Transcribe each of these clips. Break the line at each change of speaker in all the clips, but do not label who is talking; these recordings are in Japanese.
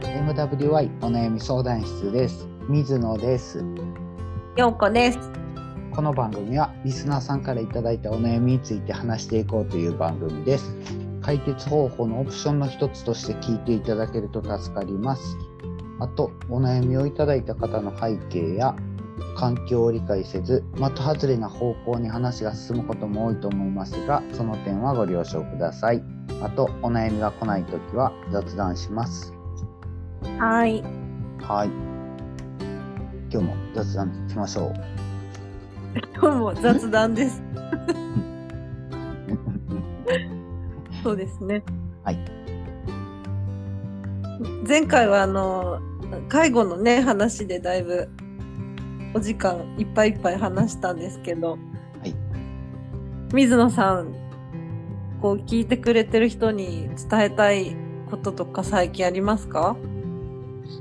DWI お悩み相談室です水野です
ようこです。
この番組はリスナーさんからいただいたお悩みについて話していこうという番組です解決方法のオプションの一つとして聞いていただけると助かりますあとお悩みをいただいた方の背景や環境を理解せず的外れな方向に話が進むことも多いと思いますがその点はご了承くださいあとお悩みが来ないときは雑談します
はい。
はい。今日も雑談聞きましょう。
今日も雑 談です。そうですね。
はい。
前回はあの介護のね話でだいぶお時間いっぱいいっぱい話したんですけど、
い
水野さんこう聞いてくれてる人に伝えたいこととか最近ありますか？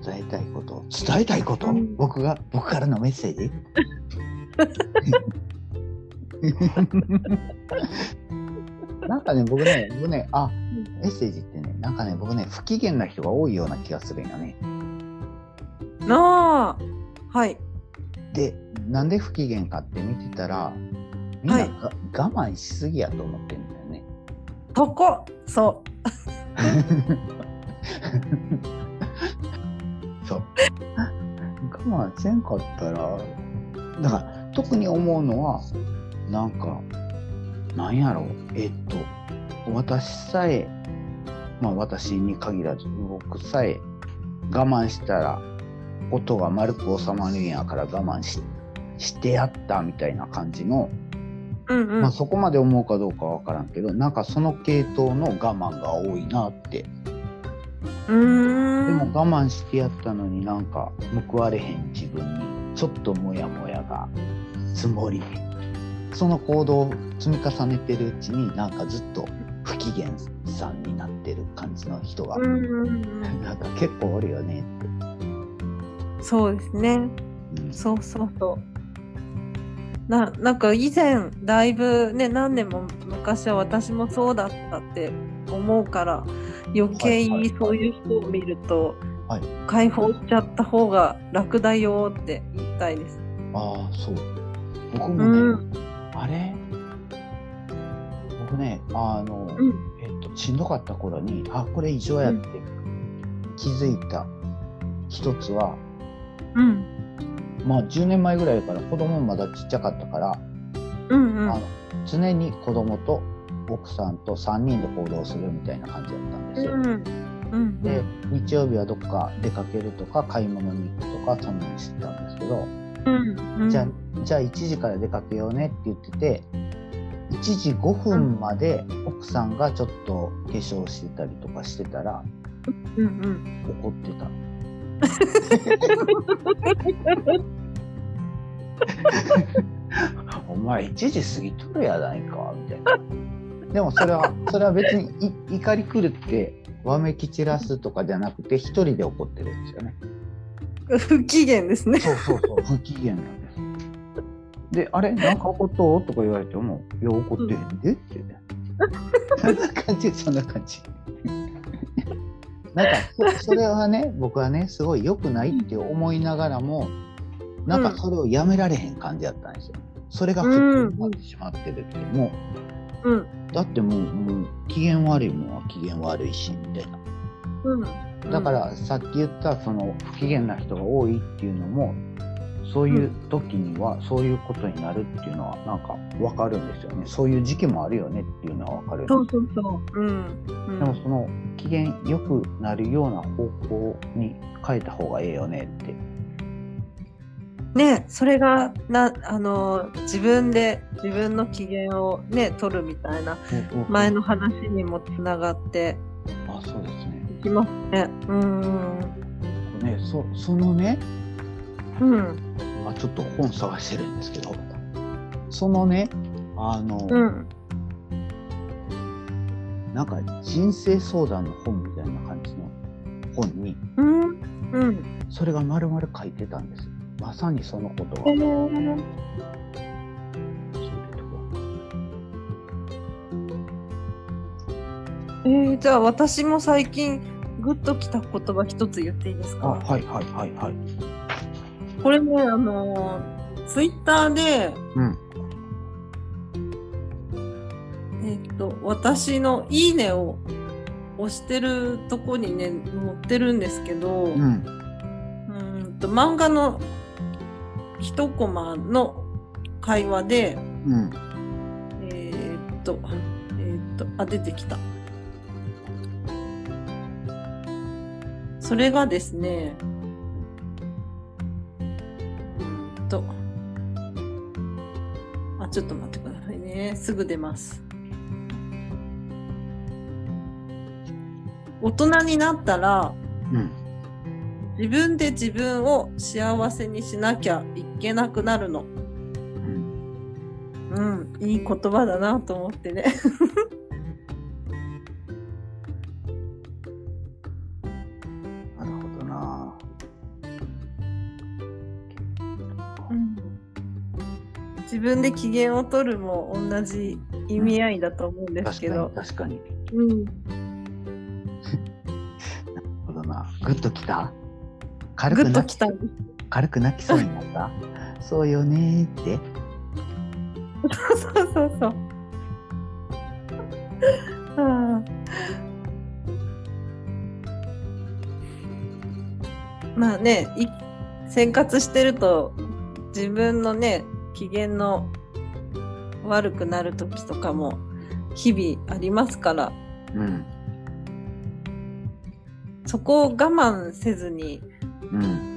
伝えたいこと。伝えたいこと
うん
僕が、僕からのメッセージなんかね、僕ね、僕ね、あ、メッセージってね、なんかね、僕ね、不機嫌な人が多いような気がするんよね。
なあはい
で、なんで不機嫌かって見てたら、みんなが、我慢しすぎやと思ってんだよね。
とこそう
そう。我慢せんかったら、だから特に思うのは、なんか、なんやろう、えっと、私さえ、まあ私に限らず、僕さえ我慢したら、音が丸く収まるんやから我慢ししてやったみたいな感じの、
うんうん、
まあそこまで思うかどうかはわからんけど、なんかその系統の我慢が多いなって
うーん
でも我慢してやったのになんか報われへん自分にちょっとモヤモヤが積もりその行動を積み重ねてるうちになんかずっと不機嫌さんになってる感じの人が、
うんうんうん
なんか結構おるよねって、
そうですね。
うん
そうそうそう。ななんか以前だいぶね何年も昔は私もそうだったって思うから余
は
計
いはい
に
はい
そういう人を見ると、
はい
解放しちゃった方が楽だよって言いたいです。
ああそう僕
う
もね、
ん
あれ僕ねあの、
うん
えっと、しんどかった頃にあこれ異常やって気づいた一つは、
うん
まあ10年前ぐらいから子供まだちっちゃかったから、
うんうん
あの常に子供と奥さんと3人で行動するみたいな感じだったんですよ。
うんうん
で日曜日はどっか出かけるとか買い物に行くとかそんなにしてたんですけど、
うんうん
じゃあじゃあ1時から出かけようねって言ってて1時5分まで奥さんがちょっと化粧してたりとかしてたら
うんうん
怒ってた。 お前1時過ぎとるやないかみたいな。でもそれはそれは別にい怒り狂ってわめき散らすとかじゃなくて一人で怒ってるんですよね。
不機嫌ですね。
そうそうそう不機嫌なんです。で「あれなんか怒っとう?」とか言われても「いや怒ってへんで」って、ね、そんな感じそんな感じ。なんかそそれはね僕はねすごい良くないって思いながらもなんかそれをやめられへん感じだったんですよ。それが普通になってしまってるっていう、も
うん
うだってもうもう機嫌悪いもんは機嫌悪いしみたいな。
うん
だからさっき言ったその不機嫌な人が多いっていうのもそういう時にはそういうことになるっていうのはなんか分かるんですよねそういう時期もあるよねっていうのは分かるんで
そ
す
うそうそう。うんうん
でもその機嫌良くなるような方向に変えた方がええよねって
ね、それがなあの自分で自分の機嫌を、ね、取るみたいな前の話にもつながって
あそうですね
いきますね。うん
ねそそのね
うん
まあちょっと本探してるんですけどそのねあの、
うん
なんか人生相談の本みたいな感じの本に
うんうん
それが丸々書いてたんです。まさにそのことが。
うんえーじゃあ私も最近グッときた言葉一つ言っていいです
あ、
か
はいはいはいはい。
これね、あのー、ツイッターで、
うん。
えっと、私のいいねを押してるとこにね、載ってるんですけど、う
うん。
ーんと、漫画の一コマの会話で、
うん。
えーっと、えーっと、あ、出てきた。それがですね、うーんと、あ、ちょっと待ってくださいね。すぐ出ます。大人になったら、
うん。
自分で自分を幸せにしなきゃいけなくなるの。
うん
うん、いい言葉だなと思ってね。
なるほどな。
自分で機嫌を取るも同じ意味合いだと思うんです
確
け
かに
ど、
確かに。なる
うん、
ほどな。グッときた軽
グ
く
ッと
な
きた
軽く泣きそうになった そうよねーって。
そうそうそう。あーまあねい生活してると自分のね機嫌の悪くなる時とかも日々ありますから
うん。
そこを我慢せずに
うん。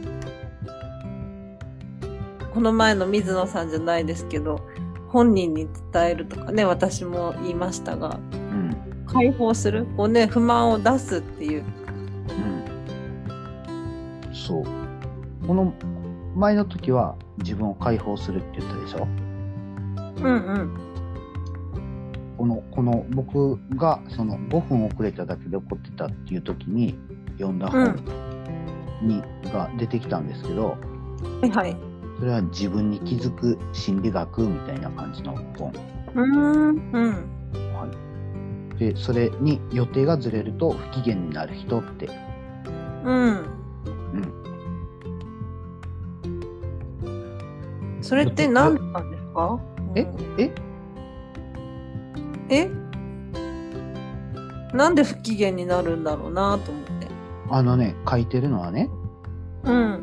この前の水野さんじゃないですけど本人に伝えるとかね私も言いましたが
うん。
解放するこうね不満を出すっていう
うん。そう。この前の時は自分を解放するって言ったでしょ
うんうん
この、この僕がその5分遅れただけで怒ってたっていう時に読んだ本に、が出てきたんですけど、
はいはい
それは自分に気づく心理学みたいな感じの本。
うーんうん
はい。で、それに予定がずれると不機嫌になる人って
うん
うん
それって何なんですか
ええ
えなんで不機嫌になるんだろうなと思って
あのね書いてるのはね
うん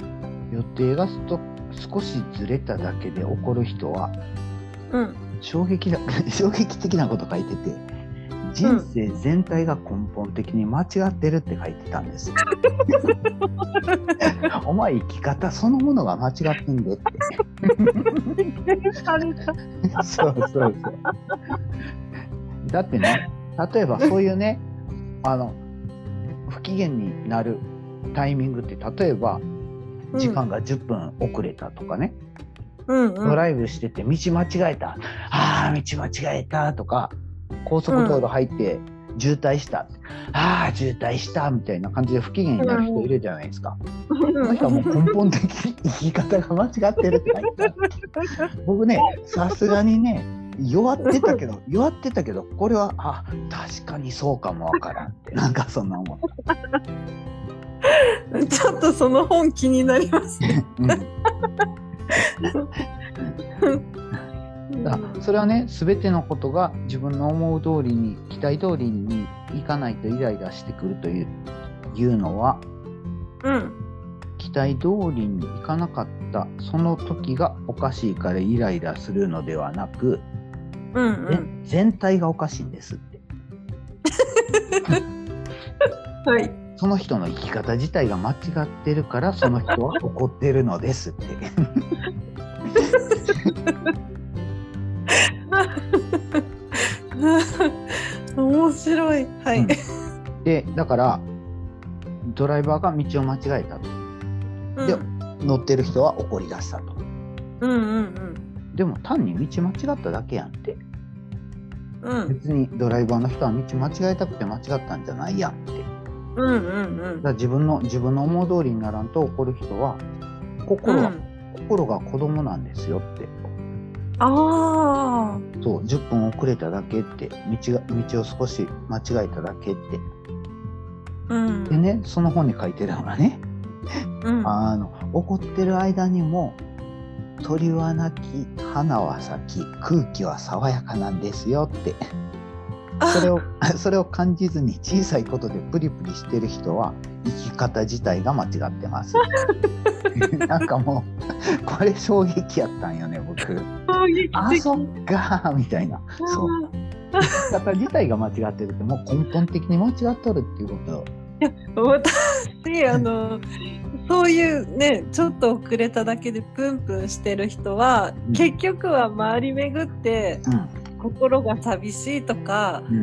予定がすと少しずれただけで起こる人は
うん
衝撃だ 衝撃的なこと書いてて人生全体が根本的に間違ってるって書いてたんですよ。お前生き方そのものが間違ってんでって。
あれか
そうそうそう。だってね、例えばそういうね、あの、不機嫌になるタイミングって、例えば、時間が10分遅れたとかね、
うんうん
ドライブしてて道間違えた、ああ、道間違えたとか、高速道路入って渋滞した、ああ、渋滞したみたいな感じで不機嫌になる人いるじゃないですか。その人はもう根本的に生き方が間違ってるって書いてある。僕ねさすがにね弱ってたけ ど弱ってたけどこれはあ確かにそうかもわからんってなんかそんなもん、
ちょっとその本気になりますね。
うん、
う
だ
ん
それはね全てのことが自分の思う通りに期待通りにいかないとイライラしてくるといういうのは
うん。
期待通りにいかなかったその時がおかしいからイライラするのではなく、
うんう
ぜ
ん。
全体がおかしいんですって
はい。
その人の生き方自体が間違ってるからその人は怒ってるのですって。
面白い。はい。
でだからドライバーが道を間違えたと
うん
で乗ってる人は怒り出したと
うんうん
でも単に道間違っただけやんって
うん。うん
別にドライバーの人は道間違えたくて間違ったんじゃないやんってだか
うんうん
ら自分の自分の思う通りにならんと怒る人は
う
心
ん。
は、心が子供なんですよって
ああ。
そう10分遅れただけって道が道を少し間違えただけって
うん。
でね、その本に書いてるのがね、
うん。
あの、怒ってる間にも、鳥は鳴き、花は咲き、空気は爽やかなんですよって、それを、 それを感じずに小さいことでプリプリしてる人は、生き方自体が間違ってます。 なんかもう、これ衝撃やったんよね、僕。
衝撃
あ、
的
そっかー、みたいな。そう。生き方自体が間違ってるって、もう根本的に間違っとるっていうこと
私あのそういうねちょっと遅れただけでプンプンしてる人は、
うん
結局は回り巡って
う
心が寂しいとか
ん。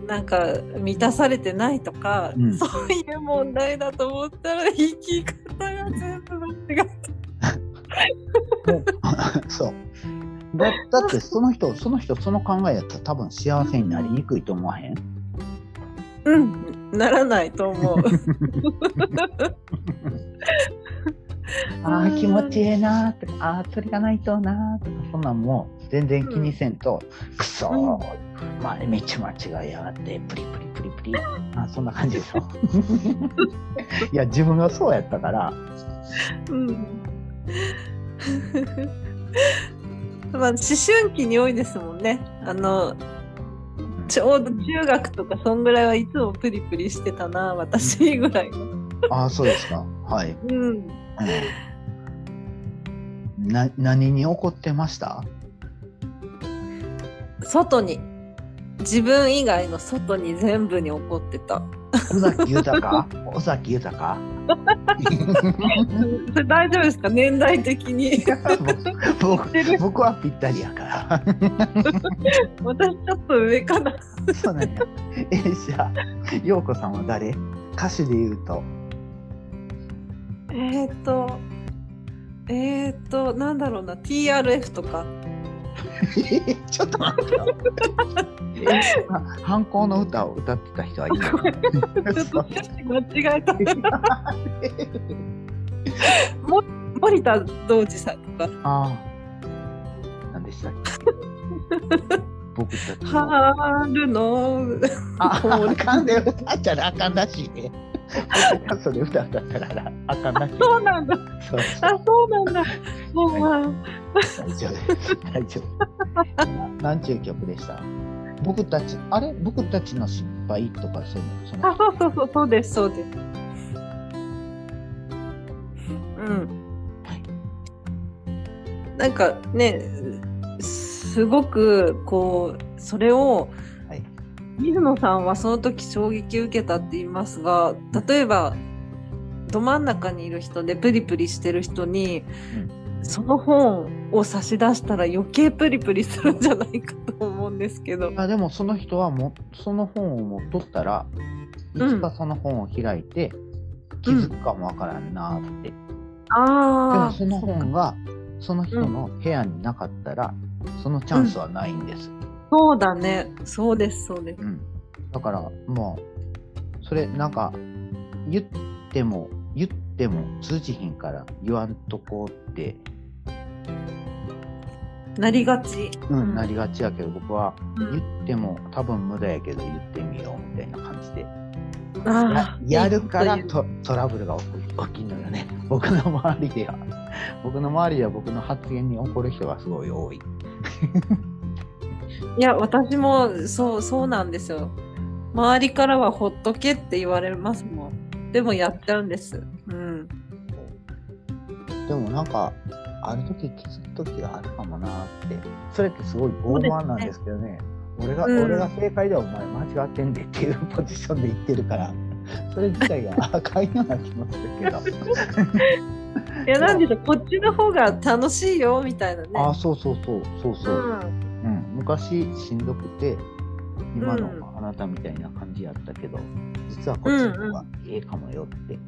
うん。
なんか満たされてないとか、
うん
そういう問題だと思ったら生き方が全部間違って
そう。だだってその人その人その考えやったら多分幸せになりにくいと思わへん
うんならないと思う。
ああ気持ちええなーってああ鳥がないとなーとかそんなんも全然気にせんと、くそー、まあ、道間違いやがってプリプリプリプリあそんな感じでしょいや自分がそうやったから
うん、 まあ思春期に多いですもんねあのちょうど中学とかそんぐらいはいつもプリプリしてたな私ぐらいの
ああそうですかはい、うん
うん
な何に怒ってました
外に自分以外の外に全部に怒ってた
尾崎豊尾崎豊
それ大丈夫ですか年代的に
僕僕僕はぴったりやから。
私ちょっと上かな
そうなんや。えじゃあ陽子さんは誰？歌手で言うと、
えっ、ー、とえっ、ー、となんだろうな TRF とか
ちょっと待ってよ。えあ反抗の歌を歌ってた人はいな
ごめ
い。
ちょっ
そ
と
う
間違えた。も森田道二さんとか。
ああ、なんでしたっけ？僕たちの。
春の。
あ、俺完全歌ったらあかんらしいね。 僕がそれ歌ったからあかんらしい。
そうなんだ。
そうそう
あ、そうなんだ。もう、まあ、
大丈夫です。 大丈夫。ななんちゅう曲でした。僕たち、あれ、僕たちの失敗とか、そういうの、その
あ、。そうそうそう、そうです、そうです。うん。なんかね、すごくこう、それを、
はい
水野さんはその時衝撃受けたって言いますが、例えば、ど真ん中にいる人でプリプリしてる人に、その本を差し出したら余計プリプリするんじゃないかと思うんですけど。
あ、でも、その人はもう、その本を持っとったら。い
うん
つかその本を開いて、気づくかもわからんなーって。でも、
あ
その本が、その人の部屋になかったら、そのチャンスはないんです。
そうだね。そうです、そうです。
うん。だから、もう。それ、なんか。言っても、言っても、通じひんから、言わんとこって。
なりがち。
う
うん
ん、なりがちやけど僕は
うん
言っても多分無駄やけど言ってみようみたいな感じで
あー
ややるから
いいこと
トラブルが起こ起きるのよね僕の周りでは僕の周りでは僕の発言に怒る人がすごい多い
言ういや私もそうそうなんですよ周りからはほっとけって言われますもんでもやっちゃうんですうん
でもなんかある時気づく時があるかもなーってそれってすごい傲慢なんですけどね俺が、
うん
俺が正解でお前間違ってんでっていうポジションで言ってるからそれ自体が赤いような気もするけど
いやなんでしょうこっちの方が楽しいよみたいなね
ああそうそうそうそうそうう、
ん
うん、昔しんどくて今のあなたみたいな感じやったけど、実はこっちの方がええかもよって、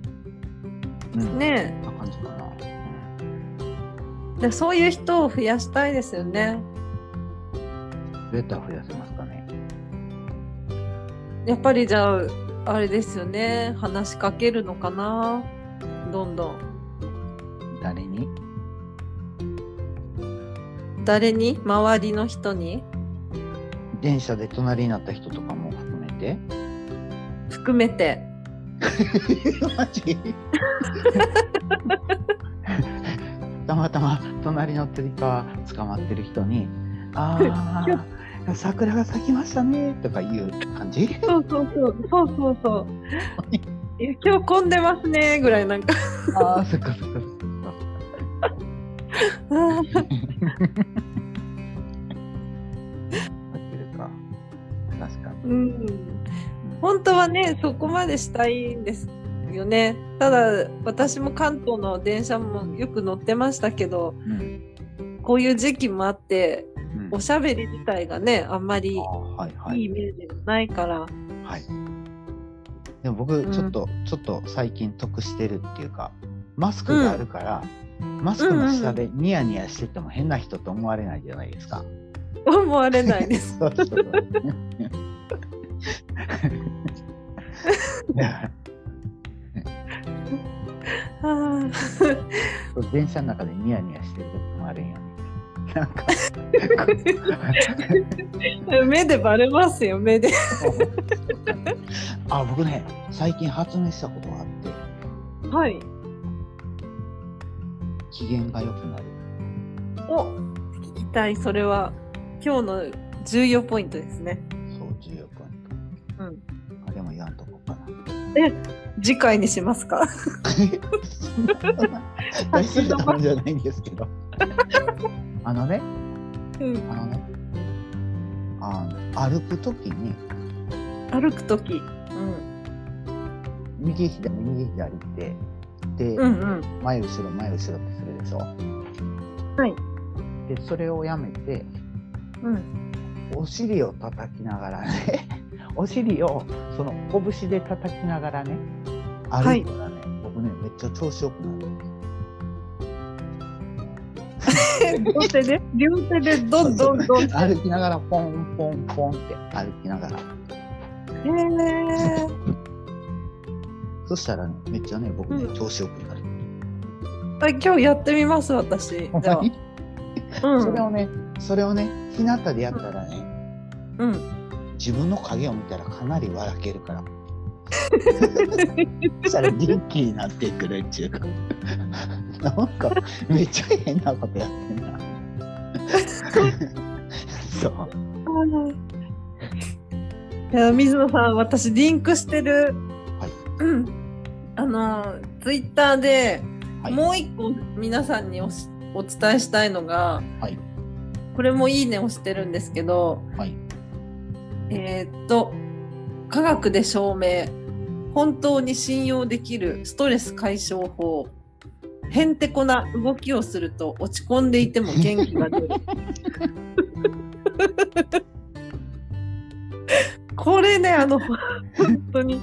うん
ね
そんな感じかな、
えでそういう人を増やしたいですよね
うん、ベタ増やせますかね
やっぱりじゃああれですよね話しかけるのかなどんどん
誰に
誰に周りの人に
電車で隣になった人とかも含めて
含めて
マジ たまたま隣の釣り革捕まってる人に「あ あ桜が咲きましたね」とかいう感じ
そうそうそうそうそうそういや今日混んでますねぐらいなんか
ああ そっかそっかそっか
あー
合ってるか確かに
うん本当はねそこまでしたいんですよねただ私も関東の電車もよく乗ってましたけど
うん
こういう時期もあって
うん
おしゃべり自体がねあんまり
あーはいはい
い
い
イメージがないから、
はい。でも僕ちょっと、ちょっと最近得してるっていうかマスクがあるから、マスクの下でニヤニヤしてても変な人と思われないじゃないですか。
思われないです
そうそうそう。だから
あー
電車の中でニヤニヤしてる時もあるんよね。なんか
目でバレますよ目で
あ僕ね最近発明したことがあって
はい
機嫌が良くなる。
お聞きたいそれは今日の重要ポイントですね
そう重要ポイント。
うん
あでも言わんとこうかな。
次回にしますか
大すぎたもんじゃないんですけど。あのね、
うん
あのね、あの歩くときに
歩く時、うん、
右左右左って、で、
うんうん
前後ろ前後ろってするでしょ。はい。で、それをやめて、
うん
お尻を叩きながらね、 お尻をその拳で叩きながらね、歩いたらね、僕ね、めっちゃ調子よくなる。
両手で 両手でどんどん どんへ
歩きながらポンポンポンって歩きながら
え
そしたらねめっちゃね僕ね、
うん
調子よくなる
今日やってみます私じゃ
ほんまに
あう
それ
ん
をねそれをね日向でやったらね
うん
自分の影を見たらかなり笑けるからそしたら元気になってくるっちゅう かなんかめっちゃ変なことやってん なそう
いや水野さん私リンクしてる、
はい
うんあのツイッターで、
はい
もう一個皆さんにおしお伝えしたいのが、
はい
これも「いいね」をしてるんですけど、
はい
えーっと「科学で証明本当に信用できるストレス解消法」へんてこな動きをすると落ち込んでいても元気が出る。 これね、あの、本当に。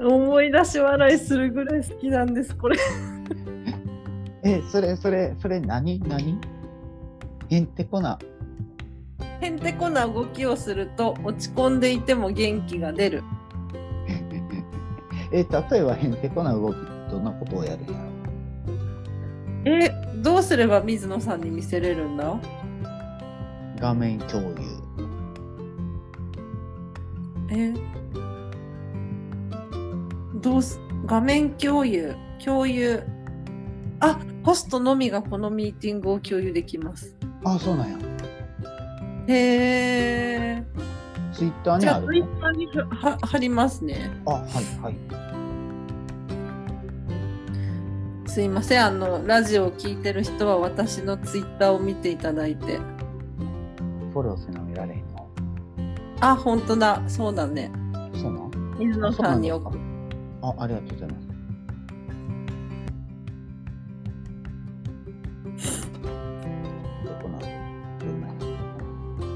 思い出し笑いするぐらい好きなんです、これ。
えそれそれそれ何何へんてこな
へんてこな動きをすると落ち込んでいても元気が出る。
え例えばへんてこな動きどんなことをやるんやろ
え、どうすれば水野さんに見せれるんだ
画面共有
え、どうす、画面共有、共有。あ、ホストのみがこのミーティングを共有できます。
あそうなんや
へー。
ツイッター
じ
にあ
ゃあ、
る
ツイ
の
ッターには貼りますね。
あはいはい
すいませんあのラジオを聞いてる人は私のツイッターを見ていただいて
フォローせな見られへんの
あ本当だそうだね
そうなん
水野さんに
あ
送
そうあありがとうござい ますどこなのどんな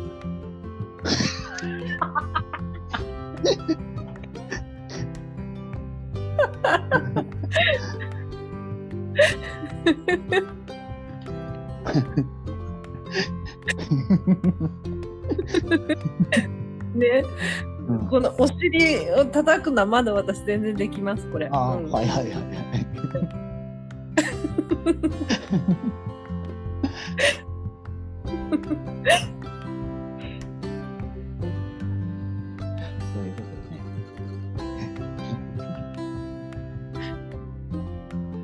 ね、
うん
このお尻を叩くのはまだ私全然できますこれ
あ、
うん
はいはいはいはい。そういうことです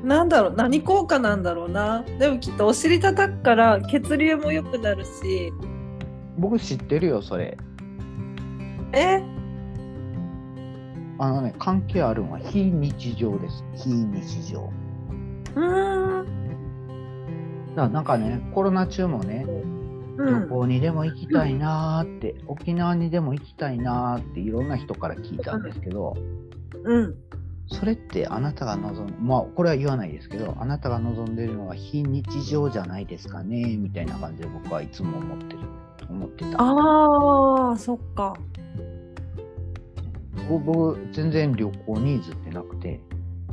なんだろう何効果なんだろうなでもきっとお尻叩くから血流も良くなるし
僕知ってるよ、それ。
え
あのね、関係あるのは非日常です。非日常。
うーん
だからなんかね、コロナ中もね、
う
旅
ん
行にでも行きたいなーって、沖縄にでも行きたいなーっていろんな人から聞いたんですけど、
うん
それってあなたが望む、まあこれは言わないですけど、あなたが望んでるのは非日常じゃないですかね、みたいな感じで僕はいつも思ってる、思ってた。
あーそっか
僕、僕全然旅行ニーズってなくて、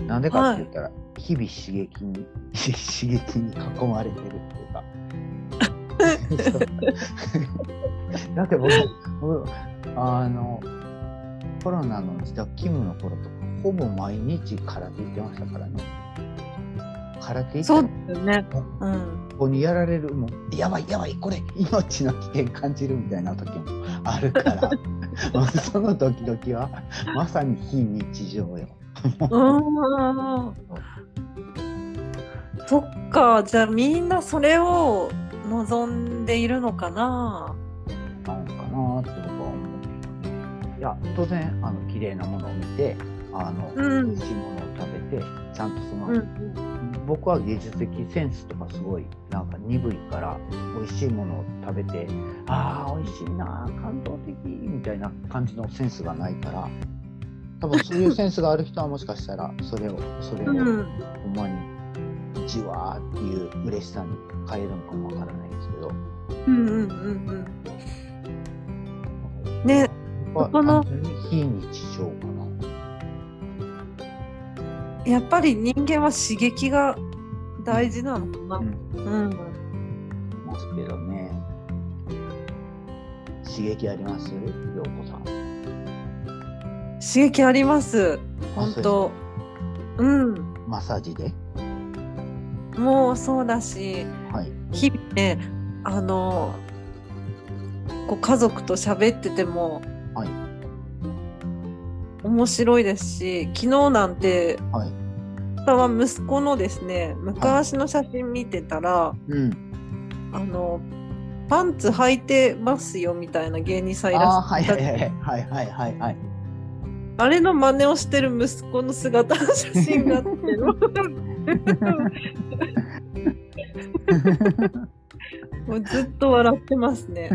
なんでかって言ったら、日々刺激に、 刺激に囲まれてるっていうか。だって僕、僕あの、コロナの自宅勤務の頃とか、ほぼ毎日空手行ってましたからね。空手行った
そ
ら
うだよねうん
ここにやられるもうやばいやばいこれ命の危険感じるみたいな時もあるから もうその時々はまさに非日常よ
うーんそっかじゃあみんなそれを望んでいるのかな
なのかなって僕は思ういや当然あの綺麗なものを見てあの、
うん
美味しいものを食べてちゃんとその、
うん
僕は芸術的センスとかすごいなんか鈍いから美味しいものを食べてああ美味しいなー感動的みたいな感じのセンスがないから多分そういうセンスがある人はもしかしたらそれをそれを
う
ほん
ん
まにじわーっていう嬉しさに変えるのかもわからないですけど
うんうんうんうんね
僕は
この
単純に非日常かな。
やっぱり人間は刺激が大事なのかな。
うん
うん。
ますけどね。刺激ありますようこさん。
刺激あります。本当。うん。
マッサージで。
もうそうだし、
はい。
日々ね、あの、こう家族と喋ってても、
はい
面白いですし、昨日なんて、
はい。
私は息子のですね、昔の写真見てたら、
うん。
あの、パンツ履いてますよみたいな芸人さんいらっしゃ
あ
っ
あ、はいはいはいはいはい はい。
あれの真似をしてる息子の姿の写真 があって もうずっと笑ってます ね。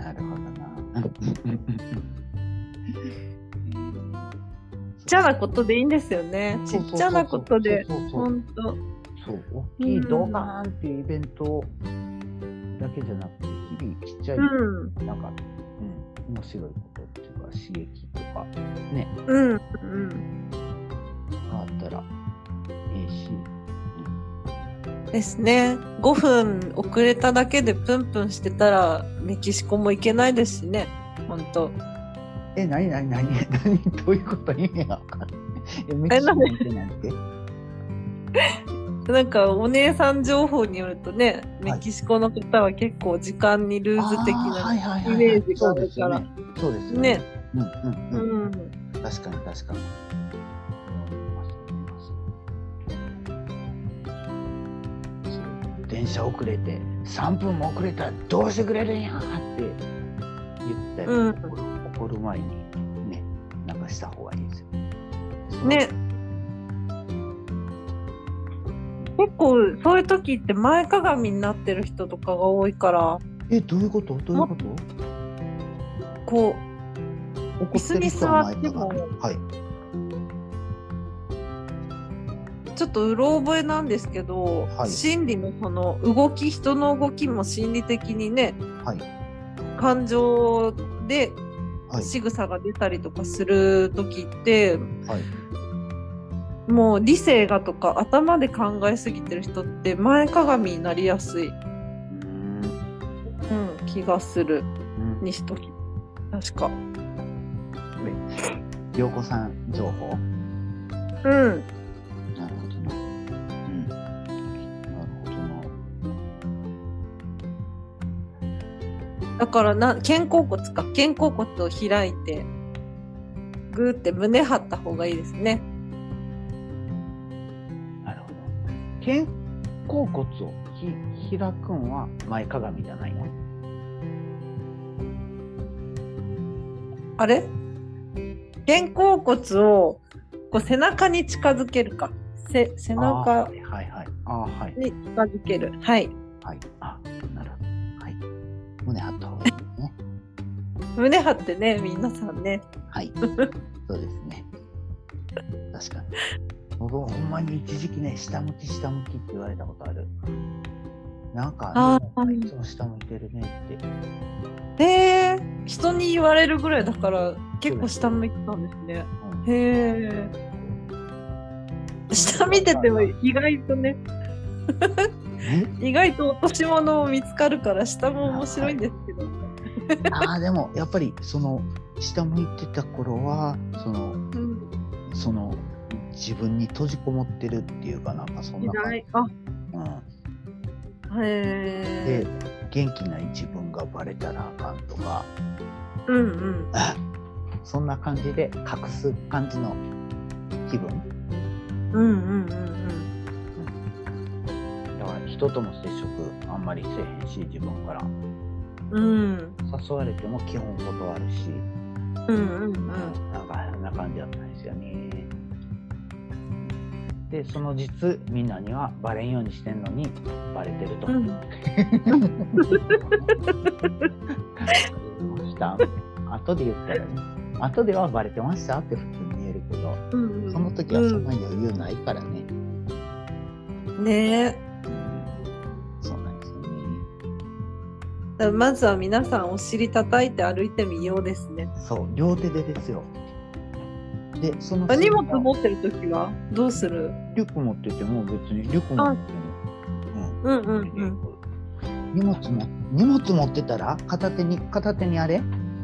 なるほどな。
ちっちゃなことでいいんですよね。ちっちゃなことで。
そうそうそう
本当。
そう大きいドカーンっていうイベントだけじゃなくて、日々ちっちゃい、
うん。
なんか、うん、面白いことっていうか、刺激とか
うん。うん。
があったらいいし。
ですね。5分遅れただけでプンプンしてたらメキシコも行けないですしね。本当。
え、なになになになにどういうこと意味わかんない。え、メキシコ行ってないって。
なんかお姉さん情報によるとね、
はい
メキシコの方は結構時間にルーズ的
あーはい
な。
はいはいはい
イメージがあるから
そうですよね。そ
ね。
うですよねうんうん
う
うん。
ん。
確かに確かに。思います思いますそう電車遅れて3分も遅れたらどうしてくれるんやって言ったり、
うん
怒る前にねなんかした方がいいですよ。
ね。結構そういう時って前かがみになってる人とかが多いから
えどういうことどういうこと
こ
怒ってる人は前かが
椅子に座って
はい。
うちょっとうろ覚えなんですけど、
はい
心理のその動き人の動きも心理的にね、
はい
感情で
はい
仕草が出たりとかする時って、
はい
もう理性がとか頭で考えすぎてる人って前かがみになりやすい、うん、気がする
うん
西時確か。
陽子さん情報
うん
なるほどな。うん。なるほどな。
だからな肩甲骨か肩甲骨を開いてグーって胸張った方がいいですね。
肩甲骨をひ開くんは前かがみじゃないの
あれ肩甲骨をこう背中に近づけるか。せ背
あ
中
ーはいはいはいあーはい
に近づける。はい。
はいあなるほどはい胸張った方がいいですね
胸張ってね、皆さんね。
はいそうですね確かに僕はほんまに一時期ね下向き下向きって言われたことあるなんか、
あ
ね、い
ー
つも下向いてるねって
へえ、人に言われるぐらいだから、結構下向いてたんですね。
うん
へえ。下見てても意外とね、
え
意外と落とし物を見つかるから、下も面白いんですけど。
ああでもやっぱりその下向いてた頃はその
うん、
その自分に閉じこもってるっていうかなんかそん
意
な感じ、
外。あ、
うん、
へ
で
え。
元気ない自分がバレたらあかんとか
うんうん。
そんな感じで隠す感じの気分
うんうんうんうん。
だから人との接触あんまりせえへんし自分から
うん
誘われても基本断るし、
うんう
なん
んうん。
かそんな感じだったんですよね。でその実みんなにはバレんようにしてんのにバレてると。
うん
した後で言ったらね後ではバレてましたって普通に言えるけど
うんうん
その時はそんな余裕ないからね、
うんねえ
そうなんですよね
だからまずは皆さんお尻叩いて歩いてみようですね
そう両手でですよでその
あ荷物持ってる時はどうする
リュック持ってても別にリュック持ってても、うん、
うんうんうん
荷物も荷物持ってたら片手に片手にあれ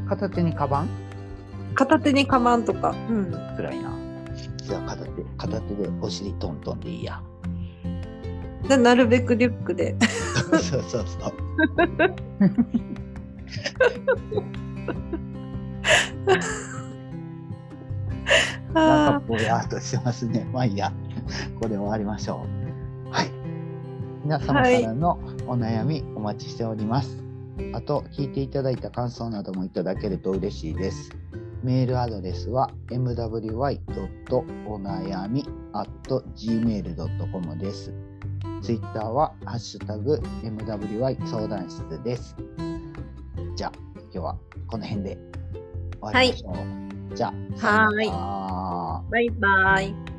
片手にカバン
片手にカバンとかうん
辛いなじゃあ片手片手でお尻トントンでいい や
でなるべくリュックで
そうそうそうなんか
あ
ぼやーっとしてますね まあいいやこれ終わりましょうはい皆様からのお悩みお待ちしております、あと聞いていただいた感想などもいただけると嬉しいですメールアドレスは mwy.onayami.gmail.com です。ツイッターはハッシュタグ mwy 相談室です。じゃあ今日はこの辺で終わりましょう。じゃあ
ーはーい
あー
バイバイ